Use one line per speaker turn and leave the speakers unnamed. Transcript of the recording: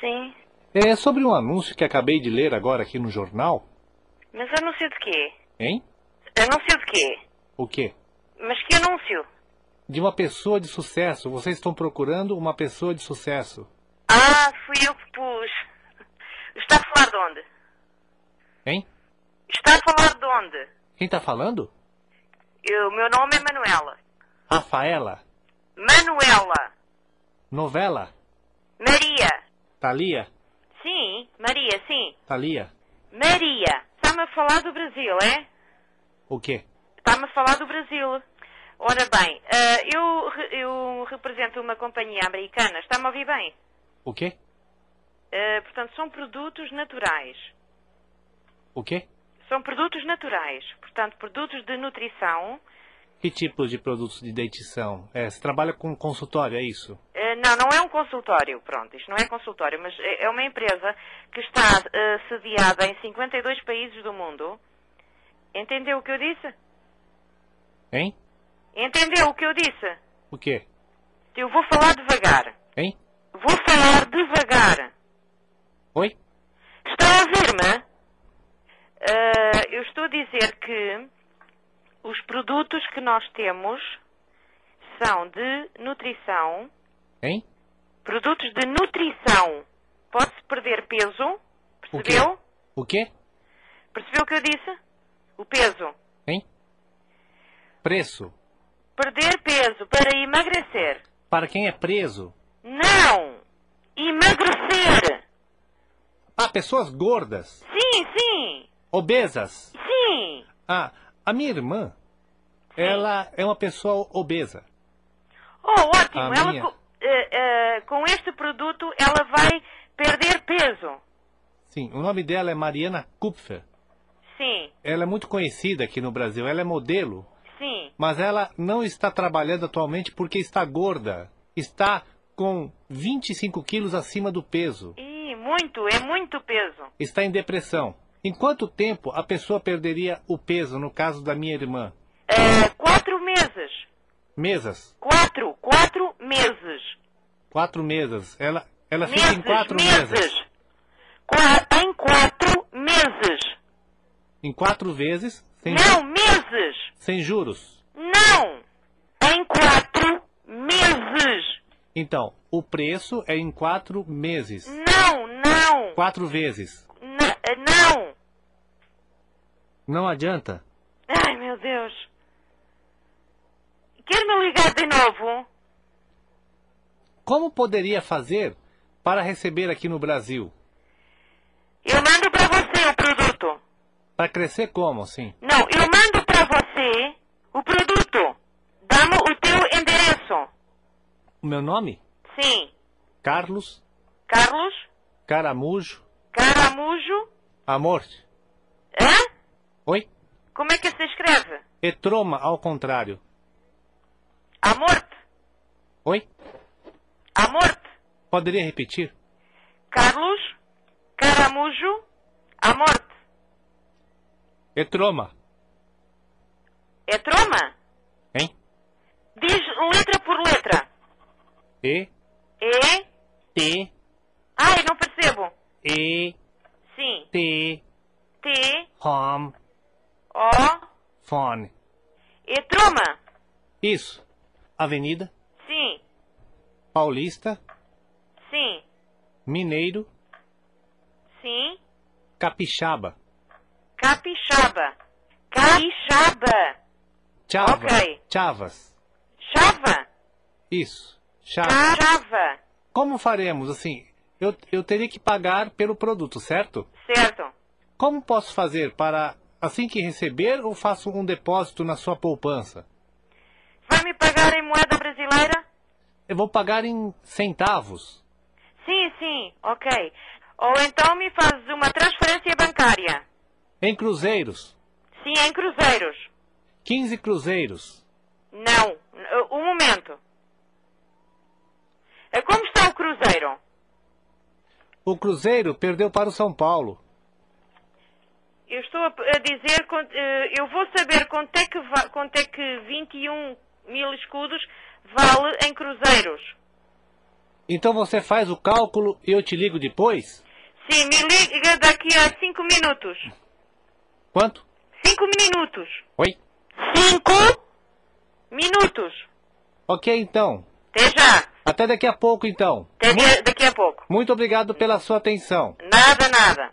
Sim.
É sobre um anúncio que acabei de ler agora aqui no jornal,
Mas anúncio de quê?
hein?
Anúncio de quê?
O quê?
Mas que anúncio?
De uma pessoa de sucesso. Vocês estão procurando uma pessoa de sucesso,
Ah, fui eu que pus. Está a falar de onde?
hein?
Está a falar de onde?
Quem tá falando?
Eu- meu nome é Manuela.
Rafaela,
Manuela.
novela,
Maria.
Thalia,
Sim, Maria, sim.
Thalia.
Maria. Está-me a falar do Brasil, é?
O quê?
Está-me a falar do Brasil. Ora bem, ah, eu, re- eu represento uma companhia americana. Está-me a ouvir bem?
O quê?
Ah, portanto, são produtos naturais.
O quê?
São produtos naturais. Portanto, produtos de nutrição.
Que tipos de produtos de dentição? É, você trabalha com consultório, é isso?
Eh, Não, não é um consultório, pronto, isto não é consultório, mas é é uma empresa que está eh, sediada em 52 países do mundo. Entendeu o que eu disse?
Hein?
Entendeu o que eu disse?
O quê?
Eu vou falar devagar.
Hein?
Vou falar devagar.
Oi?
Está a ouvir-me? Eh, eu estou a dizer que os produtos que nós temos são de nutrição,
Hein?
produtos de nutrição. Pode-se perder peso,
O quê?
percebeu?
O quê?
Percebeu o que eu disse? O peso.
Hein? Preço.
Perder peso para emagrecer.
Para quem é preso?
Não! Emagrecer!
Ah, pessoas gordas,
Sim, sim!
obesas.
Sim!
Ah, a minha irmã, ela é uma pessoa obesa.
Oh, ótimo!
A
Ela,
minha.
co- eh, eh, com este produto ela vai perder peso.
Sim, o nome dela é Mariana Kupfer.
Sim,
Ela é muito conhecida aqui no Brasil, ela é modelo,
sim.
mas ela não está trabalhando atualmente porque está gorda. Está com 25 quilos acima do peso.
E muito, é muito peso.
Está em depressão. Em quanto tempo a pessoa perderia o peso, no caso da minha irmã?
Eh, quatro meses.
Mesas.
Quatro, quatro meses.
Quatro mesas. Ela, ela fica
meses,
em quatro
meses.
mesas.
Qua- em quatro meses.
Em quatro vezes, sem,
Não, meses.
sem juros.
Não! Em quatro meses!
Então, o preço é em quatro meses.
Não, não!
Quatro vezes.
Na- eh, não!
Não adianta.
Ai, meu Deus! Quer-me ligar de novo?
Como poderia fazer para receber aqui no Brasil?
Eu mando para você o produto.
Para crescer como, assim?
Não, eu mando para você o produto. Dá-me o teu endereço.
O meu nome?
Sim.
Carlos
Carlos
Caramujo
Caramujo.
Amor.
Hã?
Oi?
Como é que se escreve?
Etroma ao contrário.
Amorte.
Oi?
Amorte.
Poderia repetir?
Carlos Caramujo. Amorte.
Etroma,
É troma?
hein?
Diz letra por letra.
E
É?
T
Ai, não percebo.
E
Sim.
T
T,
home
O,
phone.
Etruma.
Isso. Avenida
Sim,
Paulista,
sim,
Mineiro,
sim.
Capixaba.
Capixaba. Capixaba.
Chava,
Ok.
Chavas.
Chava.
Isso. Chavas.
Chava.
Como faremos? Assim, eu, eu teria que pagar pelo produto, certo?
Certo.
Como posso fazer para assim que receber ou faço um depósito na sua poupança?
Vai me pagar em moeda brasileira?
Eu vou pagar em centavos.
Sim, sim, ok. Ou então me fazes uma transferência bancária.
Em cruzeiros.
Sim, em cruzeiros.
15 cruzeiros.
Não. Uh, Um momento. Uh, Como está o cruzeiro?
O cruzeiro perdeu para o São Paulo.
Eu estou a p- a dizer, quant- eh, eu vou saber quanto é que, va- quanto é que 21 mil escudos vale em cruzeiros.
Então você faz o cálculo e eu te ligo depois?
Sim, me liga daqui a 5 minutos.
Quanto?
5 minutos.
Oi?
5 minutos.
Ok, então.
Até já.
Até daqui a pouco, então.
Até dia- daqui a pouco.
Muito obrigado pela sua atenção.
Nada, nada.